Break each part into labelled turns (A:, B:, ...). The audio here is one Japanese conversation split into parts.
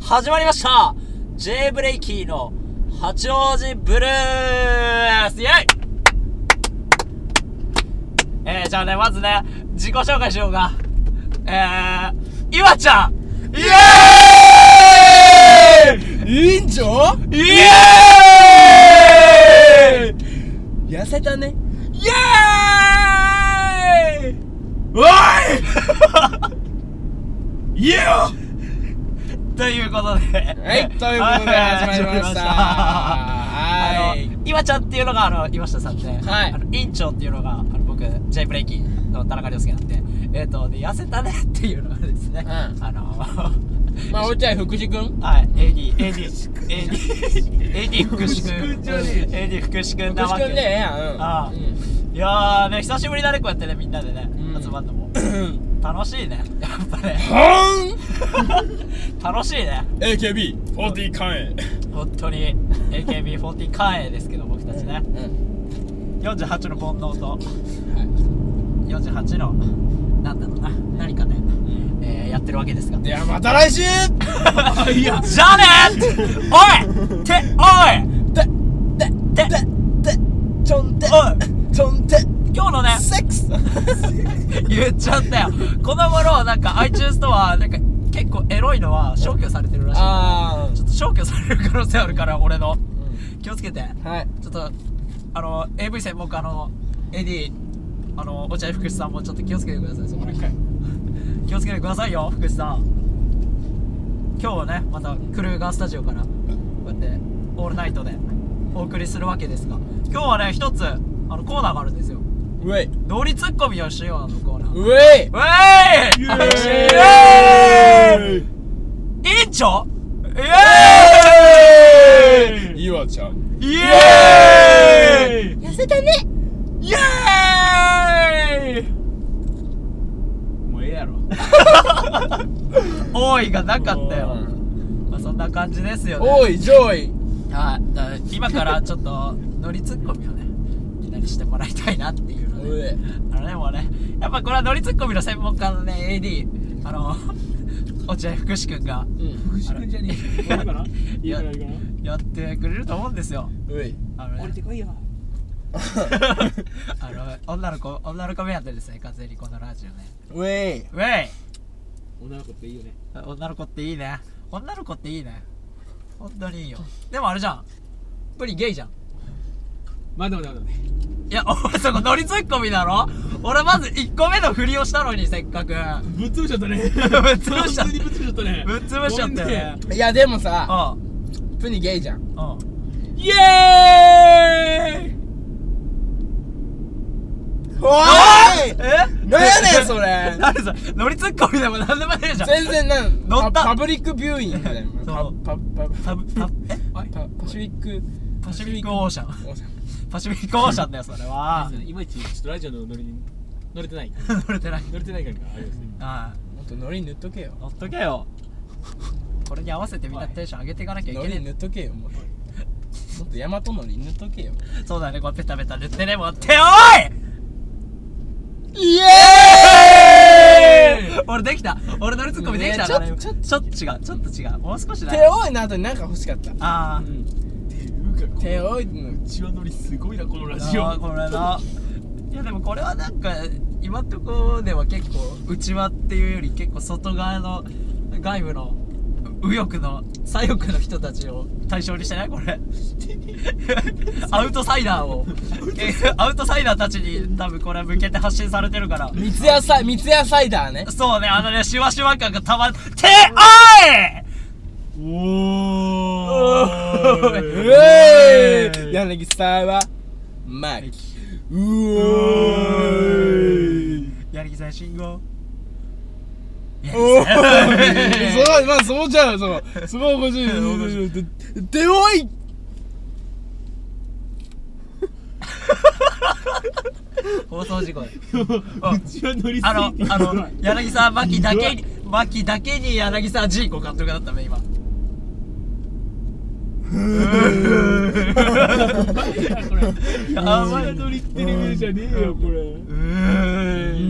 A: 始まりました !J ブレイキーの八王子ブルースイェイえー、じゃあね、まずね、自己紹介しようか。えー、いわちゃんイエー
B: いいんじゃ
A: イイエーイ
B: 痩せたね
A: イエーイおい言えよということでは
B: はいということで始まりました
A: は
B: はいい
A: あの今ちゃんっていうのがあの岩下さんで、
B: はい
A: あの院長っていうのがあの僕 J ブレイキンの田中亮介なんでえっ、とで痩せたねっていうのがですね、
B: ん
A: あの
B: まあ落合福士君
A: はい、AD、AD、AD、AD 福士君、
B: 福士君じゃね
A: AD 福士君
B: 福
A: なわ
B: 士
A: け
B: 君ねうん
A: ああいやーね久しぶりだねこうやってねみんなでね、
B: うん
A: 集まるのも楽しいねやっぱね
B: は
A: 楽しいね
B: ーん AKB40 カン
A: 本当に AKB40 関営ですけど僕たちね48の煩悩と48のなんだろうな何かね、えーやってるわけですが
B: ではまた来週いや
A: じゃあねーおいてお
B: で
A: いて
B: ででちょんて
A: おい
B: ちょんて
A: 今日のね
B: セックス
A: 言っちゃったよこの頃なんか iTunes とはなんか結構エロいのは消去されてるらしい
B: あ
A: ちょっと消去される可能性あるから俺の気をつけて
B: あはい
A: ちょっとあの AV 専門家の AD あの落合福士さんもちょっと気をつけてくださいそこに気をつけてくださいよ福士さん今日はねまたクルーガースタジオからこうやってオールナイトでお送りするわけですが今日はね一つあのコーナーがあるんですよ
B: ウェイ
A: ノリツッコミをしようのコーナー
B: ウェイ
A: ウェイ
B: イ
A: イエーイ
B: エ
A: 委員長イエーイ
B: ーイ岩ちゃん
A: イエーイ
B: 痩せたね
A: イエーイ
B: もうええやろ
A: 多いがなかったよ
B: おー。
A: まあそんな感じですよね。
B: おい上位
A: はい。だから今からちょっと乗りツッコミをね、みんなにしてもらいたいなっていうの
B: う
A: で
B: え。
A: あのね、もうね、やっぱこれは乗りツッコミの専門家のね、AD、あの、 落合福士君が
B: うん
C: 福士君じゃねえよ。いいかな。いいかな。いいかな。
A: やってくれると思うんですよ。
B: うい
A: あのね
C: 降りてこいよ。
A: あの女の子女の子目当てですね完全にこのラジオね
B: ウェイ
A: ウェイ
C: 女の子っていいよね。
A: 女の子っていいね女の子っていいね本当にいいよでもあれじゃんプリンゲイじゃん
C: まだまだまだね。
A: いやお前そこノリツッコミだろ俺まず1個目の振りをしたのにせっかく
C: ぶっ潰しちゃったね。
A: ぶっ潰しちゃった
C: 本当にぶっ潰しちゃったね。
A: ぶっ潰しちゃったよね
B: いやでも
A: う
B: さ
A: ん
B: プニゲイじゃ
A: う
B: ん
A: ん
C: イエーイ。
B: お
A: え
B: いなんやねんそ れ
A: 何それノリツッコミでも何でもねえじゃん
B: 全然なん
A: 乗った
B: パパブリックビューイングだよ
A: そう
B: パパ
A: パ
B: パ
A: ブパえ
C: おい
B: パパシフィック
A: パシフィックオーシャン
B: おさ
A: パシフィックオーシャンだよそれ は
C: いまいちちょっとラジオのノリに乗れてない。
A: 乗れてない
C: 乗れてないからか。あれですね。
A: ああ
B: もっとノリ塗っとけよ
A: 乗っとけよこれに合わせてみんなテンション上げていかなきゃい
B: ノ
A: け
B: リ
A: ね
B: 塗っとけよもっともっとヤマトノリ塗っとけよ
A: えそうだねこれペタペタ塗ってねもう手お
B: イエ
A: い俺できた俺乗りツッコミできた
B: ねえちょっと
A: ちょっと違うちょっと違うもう少しだ
B: 手多いの後になんか欲しかった
A: あ
B: うん
C: っていうか。
B: 手多いの
C: 一番乗りすごいなこの
A: あ
C: ラジオ。
A: あーこれないやでもこれはなんか今んとこでは結構内輪っていうより結構外側の外部の右翼の左翼の人たちを対象にしてないこ れアウトサイダーをえアウトサイダーたちに多分これ向けて発信されてるから
B: 三ツ矢サイ三ツ矢サイダーね
A: そうねあのねシワシワ感がたまんておいお
B: う
A: ー
B: えい柳沢はマイクう おーい
A: 柳沢信号
B: おおそうまあそうじゃんそうすごいおかしいででおい
A: 放送 事故で
C: 一番乗りす
A: あの
C: ぎて。
A: あの柳沢真紀だけに真紀だけに柳沢ジーコ監督だったね今
C: これ。
A: やば
C: 甘
A: い
C: い乗りってレベルじゃねえよこれ。
A: うーん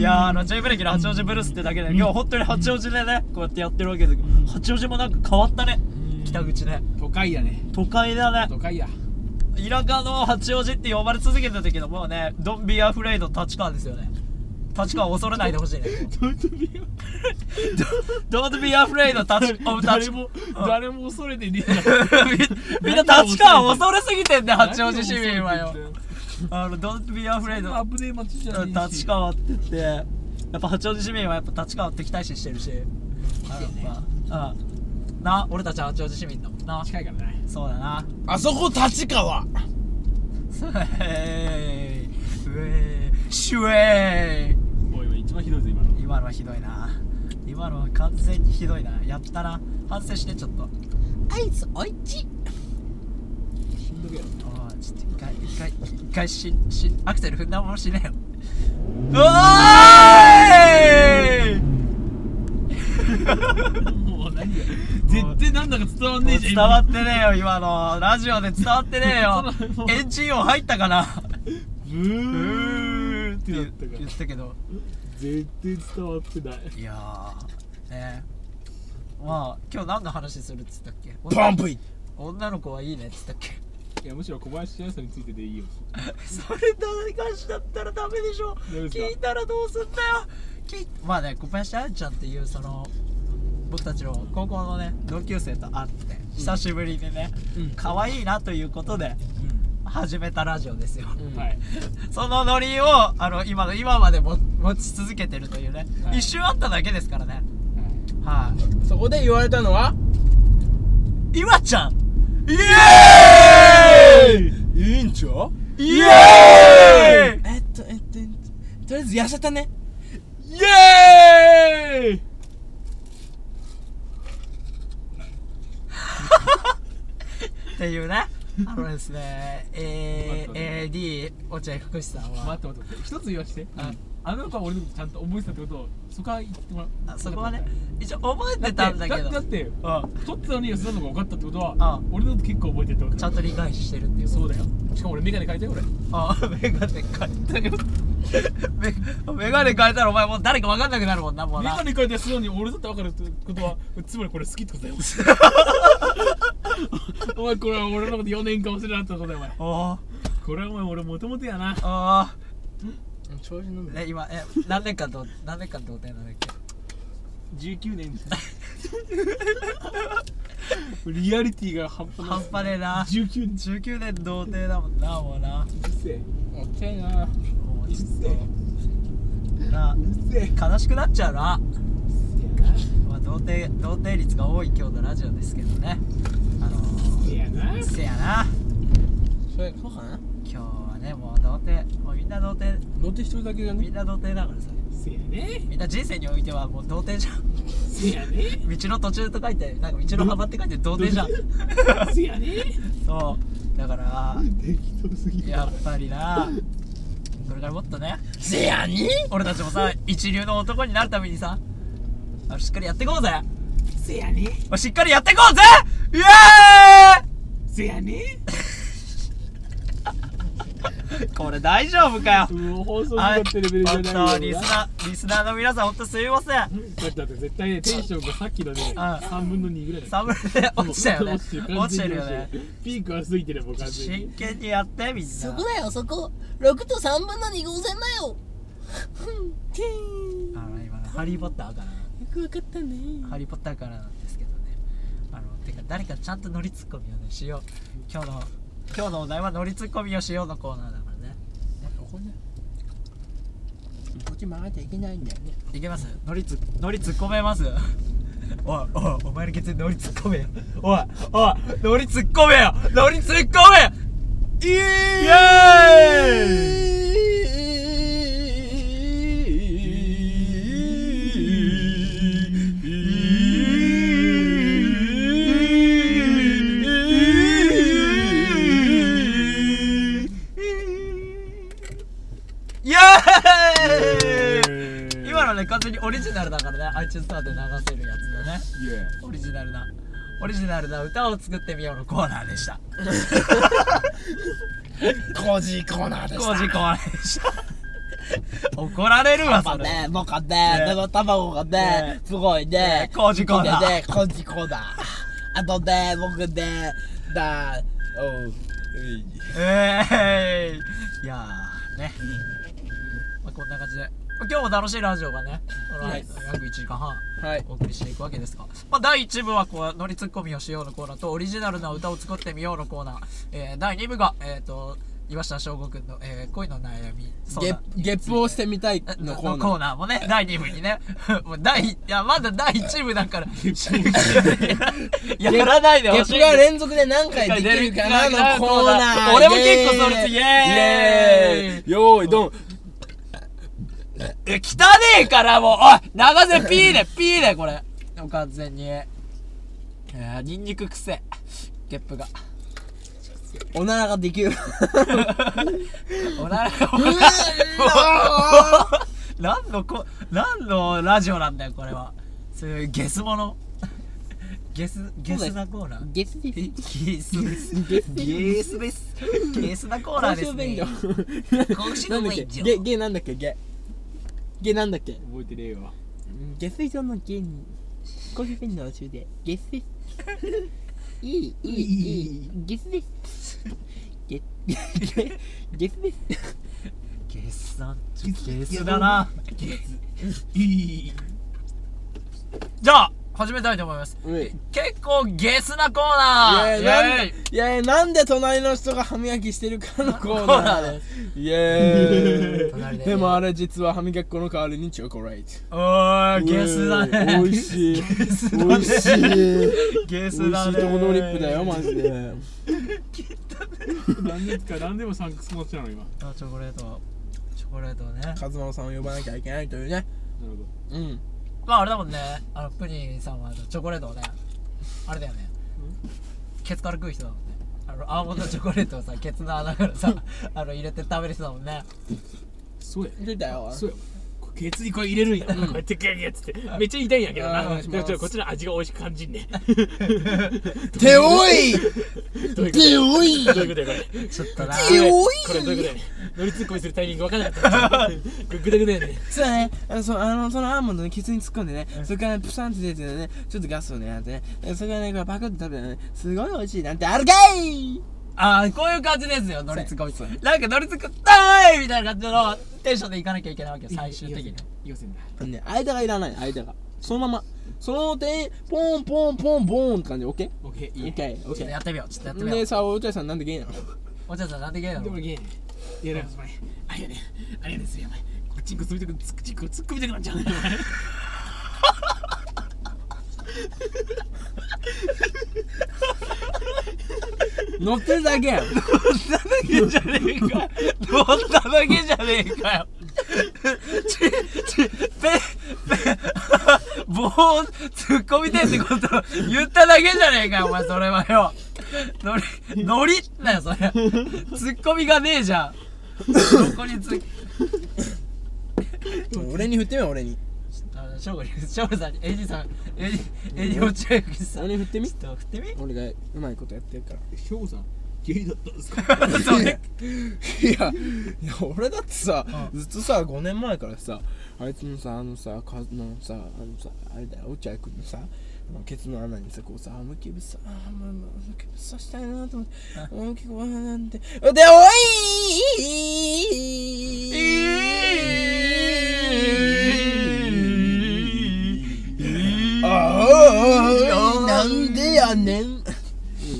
A: いやーあの J ブレーキの八王子ブルースってだけで今日本当に八王子でねこうやってやってるわけですけど八王子もなんか変わったね北口ね
B: 都会やね
A: 都会だね
B: 都会や
A: 田舎の八王子って呼ばれ続けてた時のもうねドンビーアフレイド立川ですよね立川を恐れないでほしいね Don't be afraid 立川
C: 誰も誰も恐れてねえな
A: みんな立川を恐れすぎてんだよ八王子市民はよ
C: 何を恐れてんだ
A: あの Don't be afraid
C: よ危ねえ街じゃねえし
A: 立川って言ってやっぱ八王子市民はやっぱ立川敵対視してるしあやっぱうんな俺たちは八王子市民だもんな
C: 近いからね
A: そうだな
B: あそこ立川
A: そうえいウェイシュエ
C: もう今一番ひどいぞ今の
A: イ今のはひどいな今のは完全にひどいなやったな反省してちょっとアイスおいちい
B: しんどくやろ
A: おいちょっと一回一回一回しんしんアクセル踏んだもんしねえようおーい
C: もう何が絶対なんだか伝わんねえじゃん
A: 伝わってねえよ今のラジオで伝わってねえ よエンジン音入ったかな
C: ブーって
A: 言
C: な
A: っ
C: ったから
A: たけど
C: 絶対伝わってない
A: いやーねえまあ今日何の話するっつったっけ
B: パンプイ
A: 女の子はいいねっつったっけ
C: いやむしろ小林千代さんについてでいいよ
A: それ流しだったらダメでしょ
C: メですか
A: 聞いたらどうすんだよ聞いまあね小林愛ちゃんっていうその僕たちの高校のね同級生と会って久しぶりにね、
B: うん
A: 可愛いなということで始めたラジオですよ、
B: うん
C: はい
A: そのノリをあの今の今までも持ち続けてるというね、
C: はい
A: 一瞬あっただけですからねはい、
B: そこで言われたのは
A: 今ちゃんイエーイ
B: いいんちゃう
A: イエーイ
B: えっとえっとえっととりあえず痩せたね
C: イエーイ
A: っていうねあのですね A
C: 待って待って
A: AD 落合福士さん
C: 待
A: は
C: って待って一つ言わして、
A: うん
C: あの子は俺のことちゃんと覚えてたってことをそこは言ってもらう
A: あそこはね一応覚えてたんだけど
C: だってだって
A: うん
C: 太ってたのに痩せたのが分かったってことは
A: あ
C: 俺のこと結構覚えてるってこと
A: ちゃんと理解してるっていうこと
C: そうだよしかも俺眼鏡変えたよ俺
A: あメガネ変えたよメ メガネ変えたらお前もう誰か分かんなくなるもんなもう
C: 眼
A: な
C: 鏡変えた痩せたのに俺だって分かるってことはつまりこれ好きって ことだよお前これは俺のこと4年かもしれないってことだよお前
A: おー
C: これはお前俺もともとやな
A: おー
B: 調子飲んで
A: ね今え何年間と何年間童貞なんだっ け
C: 19年リアリティが半端ない
A: 半端ねえな
C: 19年
A: 19年童貞だもんなもうな
C: うるせえ
B: おっちゃいな
A: もうちょ
C: うるせ
A: っとな
C: うるせえ
A: 悲しくなっちゃうな、
C: せ
A: まあ、童貞童貞率が多い今日のラジオですけどねあのー、
C: やなせや
A: せやな
B: それそうかな
A: 今日はねもう童貞もうみんな童貞
B: 乗って一人だけじゃ
A: み
B: ね
A: んな童貞だからさ
C: なせやね
A: みんな人生においてはもう童貞じゃん
C: せやね
A: 道の途中と書いてなんか道の幅って書いて童 貞じゃん
C: せやね
A: そうだから
C: 適当すぎ
A: やっぱりなこれからもっとね
B: せやに
A: 俺たちもさ一流の男になるためにさあのしっかりやっていこうぜ
C: せやね
A: しっかりやっていこうぜイエ
C: せやね
A: ーイこれ大丈夫かよ
C: もう放送
A: はい
C: にってレベルじゃ
A: 本
C: な
A: 当
C: いよ
A: リスナーリスナーの皆さん本当すみません
C: だってだって絶対ねテンションがさっきのね
A: あ
C: 3分の2ぐらいだよ
A: 寒いで 落ちたよね落ちてるよね
C: ピークは過ぎてるもう完全
A: 真
C: に
A: 剣にやってみん
D: そ
A: な
D: こだよそこ6と3分の2号線だようんてーん
A: あの今のハリー・ポッターから
D: よくわかったね
A: ハリー・ポッターからなんですけどねあのてか誰かちゃんと乗りツッコミをねしよう今日の今日のお題は乗りツッコミをしようのコーナーだからね
B: ここねこっち曲がっちゃいけないんだよね
A: いけます乗りつ乗り突っ込めますおいおいお前のケツに乗り突っ込めよおいおい乗り突っ込めよ乗り突っ込めイエーイイエーイ今のね完全にオリジナルだからね iTunes ストアで流せるやつだねオリジナルなオリジナルな歌を作ってみようのコーナーでした
B: コージーコーナーで
A: 工事コーナーでした怒られるわ、
D: パ
A: そ
D: パ
A: れ。
D: ね、もかね、生卵がね
A: ね、
D: すごいね。
A: 工事コーナー
D: ね、工事コーナー。あとね、僕ね、だ、
B: おう
A: えーい。いやー、ね。まあ、こんな感じで。今日も楽しいラジオがね、この
D: はい
A: 約1時間半
B: はい
A: お送りしていくわけですが、まあ、第1部はこう乗りツッコミをしようのコーナーとオリジナルな歌を作ってみようのコーナー、えー第2部が、えっと岩下翔吾くんの、えー恋の悩み相
B: ゲ
A: 談
B: ップゲップをしてみたいの
A: の
B: コ
A: コ
B: ー
A: ー
B: ナー
A: ナーも ね、第2部にね、もう第いやまだ第1部だ から、やらないで
B: ゲ
A: ほ
B: ッ
A: しい
B: プ
A: で
B: が
A: す。
B: 連続で何回できるかなのコーナー
A: 俺も結構それ
B: イ
A: イ
B: エ
A: エーイ
B: ーイよーいどん
A: え汚ねえからもうおい長瀬ピーでピーでこれでも完全にえーニンニクくせえゲップ が
B: おならができる
A: おならが何のこ何のラジオなんだよこれはそういうゲスものゲスゲスなコーナー
D: ゲスです。
A: ゲスですゲスですゲスなコーナーですね公衆
B: なんだっけ
A: 便所
B: ゲゲなんだっけゲゲなんだっけ
C: 覚えてね えわ
D: 下水道のゲに、コーヒーペンの途中で、ゲス です。いい、いい、いい、ゲスです。ゲ、ゲ、ゲスです。
A: ゲスさんちょゲスだなゲスいいじゃあ始めたいと思います
B: うい
A: 結構ゲスなコーナー
B: イエーイなん
A: イエーイ
B: いやいやなんで隣の人が歯磨きしてるかのコー
A: コーナ
B: ナ
A: ー
B: ー
A: で
B: ですイエ
A: 隣
B: ー
A: で
B: イでもあれ実は歯磨き粉の代わりにチョコレー
A: おー
B: ト
A: ゲスだね
B: 美味しい
A: ゲスだ
B: 美味しい
A: ね
B: 美
A: ゲ
B: 味し
A: スだ
B: い
A: ね
B: とこのリップだよマジで
C: 何ですか何でもサンクス持ちなの今な
A: あチョコレートチョコレートね
B: カズマさんを呼ばなきゃいけないというね
C: るほ
B: うん
A: まああれだもんねあのプリンさんはチョコレートをねあれだよねケツから食う人だもんねあのアーモンドチョコレートをさケツの穴から さあの入れて食べる人だもんね
C: どそうや
B: 出たよ
C: そうやこれケツにこれ入れるんや、こうやってガンやつってめっちゃ痛いんやけど
B: あー
C: な
B: お願いします
C: でもちょっとこっちの味が美味しく感じ んね
B: 手多い
C: どういうこと
B: 手多い
C: どういうことやこれ
A: ちょっとな
B: 手多い
C: これどういうことやね乗りツッコミするタイミング分からなかった グダグダやね
B: そうだね、あのそあのそのアーモンドね、ケツに突っ込んでね、それからプサンって出てね、ちょっとガスをね、あってね、でそれからね、これパクッと食べたらね、すごい美味しいなんてあるかい
A: ああこういう感じですよ乗りつこみ
B: そうや
A: なんか乗りつこたーいみたいな感じのテンションでいかなきゃいけないわけよ最終的に
C: 要せんだ
B: あのね、間がいらない、間が。そのまま、その点、ポンポンポンポンって感じ、オッケ
C: オッケー
B: ー
C: い
B: オ
C: い
B: ッケー、オッ
A: ちょっと
B: ケ
A: やってみようちょっとやって
B: ー。
A: みよ
B: で
A: う
B: さ、お茶屋さんなんでゲイなの
A: お茶さんなんでゲイな
C: でも
A: の
C: ゲーねいやだからお前あれやねあれやねすげえお前こっちにこつみたくつくちこ突っ込みたくなっちゃうねお前
B: 乗ってるだけやん。
A: ゲじゃねえかよどんなだけじゃねえかよちちペペ棒を突っ込みてえってことを言っただけじゃねえかよお前それはよノリノリだよそれ突っ込みがねえじゃんどこにつ
B: 俺に振ってみよ、俺に。
A: あの翔吾に翔吾さんにエイジさんエイジエイジ落合君さん
B: 俺に振ってみ
A: ちょっと振ってみ
B: 俺がうまいことやってるから。
C: ヒョウさんゲイだったんですか
A: そうね
B: いやいや俺だってさ、
A: う
B: ずっとさ5年前からさあいつのさあのさかのさあのさあれだよ落合君のさあのケツの穴にさこうさあむきぶさあむきぶさしたいなと思ってあむきぶさなんてでおいあおいなんでやねん、うん、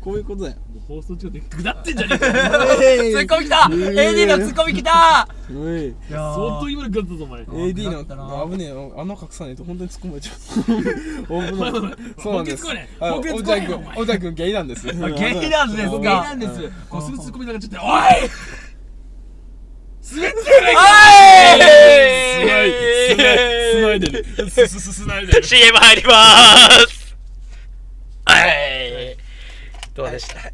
B: こういうことだよ
C: もう放送中でぐだってんじゃねえか
A: ツッコミきた AD のツッコミきた
B: おい
C: 相当今のガッツだぞお前
B: AD
A: なった
B: の
A: な
B: 危ねえよ穴隠さないと本当に突っ込まれちゃう危ないそうなんです
C: 本気突っ込めね
B: はい
C: 本気突っ
B: お
C: 込
B: じゃ
C: め
B: く
C: ね
B: んおじゃくんゲイなんですゲイ
A: ゲイなんですか
C: ゲイなんですこうすぐ突っ込みながらちょっとおい滑ってるね
A: はい
B: いでる
C: すすすすない で
A: CM 入りますはいどうでした